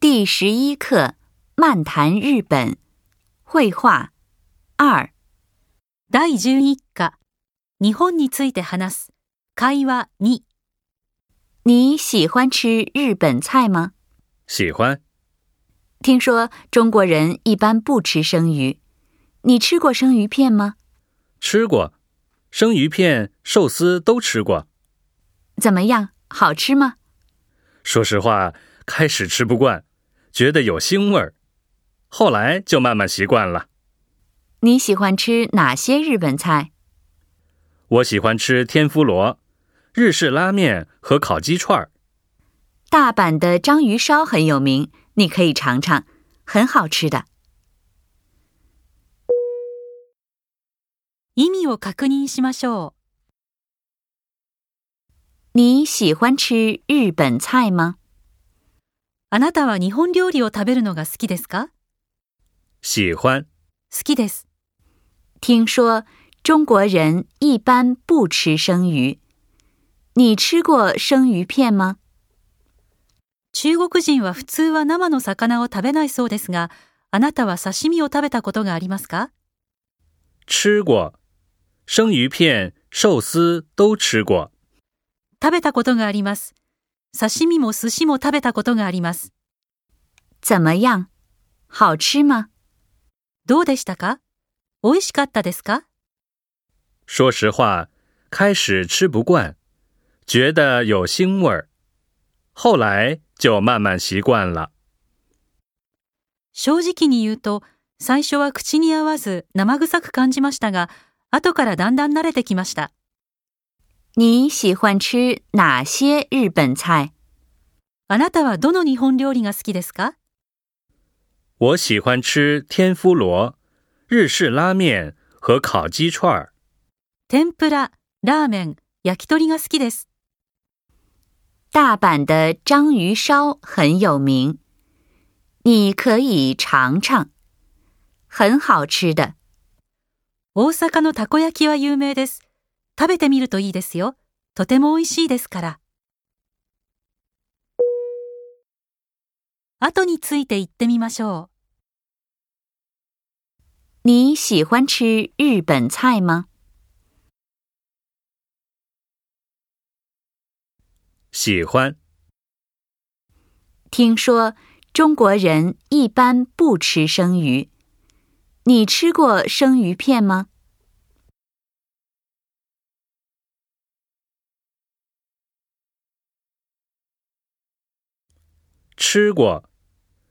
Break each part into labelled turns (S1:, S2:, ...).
S1: 第十一课《漫谈日本》绘画二
S2: 第11課日本について話す会話2
S1: 你喜欢吃日本菜吗？
S3: 喜欢，
S1: 听说中国人一般不吃生鱼，你吃过生鱼片吗？
S3: 吃过，生鱼片、寿司都吃过。
S1: 怎么样，好吃吗？
S3: 说实话，开始吃不惯，觉得有腥味儿，后来就慢慢习惯了。
S1: 你喜欢吃哪些日本菜？
S3: 我喜欢吃天妇罗、日式拉面和烤鸡串儿。
S1: 大阪的章鱼烧很有名，你可以尝尝，很好吃的。
S2: 意味を確認しましょ
S1: 你喜欢吃日本菜吗？
S2: うあなたは日本料理を食べるのが好きですか
S3: 喜欢，
S2: 好きです
S1: 听说中国人一般不吃生鱼，你吃过生鱼片吗？
S2: 中国人は普通は生の魚を食べないそうですがあなたは刺身を食べたことがありますか
S3: 吃过，生鱼片、寿司都吃过。
S2: 食べたことがあります刺身も寿司も食べたことがあります
S1: 怎么样？好吃吗？
S2: どうでしたか美味しかったですか
S3: 说实话，开始吃不惯，觉得有腥味儿，后来就慢慢习惯了。
S2: 正直に言うと最初は口に合わず生臭く感じましたが後からだんだん慣れてきました
S1: 你喜欢吃哪些日本菜？
S2: あなたはどの日本料理が好きですか
S3: 我喜欢吃天妇罗、日式拉面和烤鸡串儿。
S2: 天ぷら、ラーメン、焼き鳥が好きです。
S1: 大阪的章鱼烧很有名，你可以尝尝，很好吃的。
S2: 大阪のたこ焼きは有名です。食べてみるといいですよ。とても美味しいですから。後について言ってみましょ
S1: 你喜欢吃日本菜吗？
S3: 喜欢，
S1: 听说中国人一般不吃生鱼，你吃过生鱼片吗？
S3: 吃过，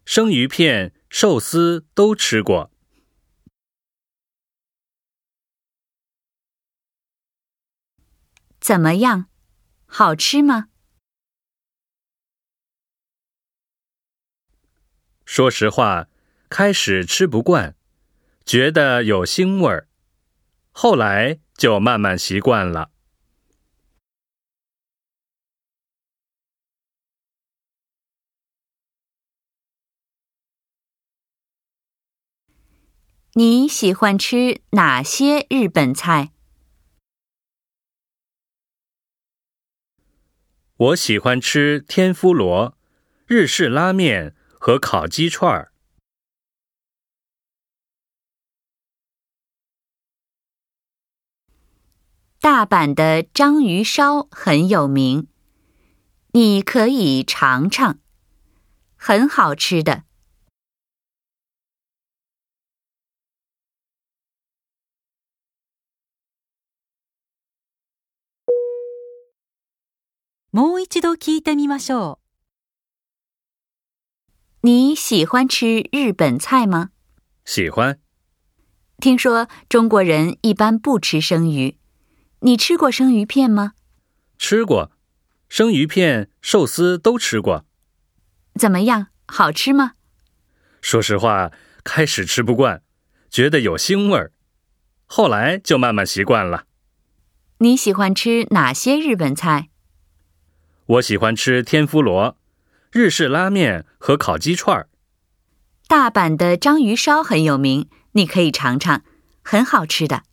S3: 生鱼片、寿司都吃过。
S1: 怎么样？好吃吗？
S3: 说实话，开始吃不惯，觉得有腥味儿，后来就慢慢习惯了。
S1: 你喜欢吃哪些日本菜？
S3: 我喜欢吃天妇罗、日式拉面和烤鸡串儿。
S1: 大阪的章鱼烧很有名，你可以尝尝，很好吃的。
S2: う。もう一度聞いてみましょ
S1: 你喜欢吃日本菜吗？
S3: 喜欢，
S1: 听说中国人一般不吃生鱼，你吃过生鱼片吗？
S3: 吃过，生鱼片、寿司都吃过。
S1: 怎么样？好吃吗？
S3: 说实话，开始吃不惯，觉得有腥味儿，后来就慢慢习惯了。
S1: 你喜欢吃哪些日本菜？
S3: 我喜欢吃天妇罗、日式拉面和烤鸡串儿。
S1: 大阪的章鱼烧很有名，你可以尝尝，很好吃的。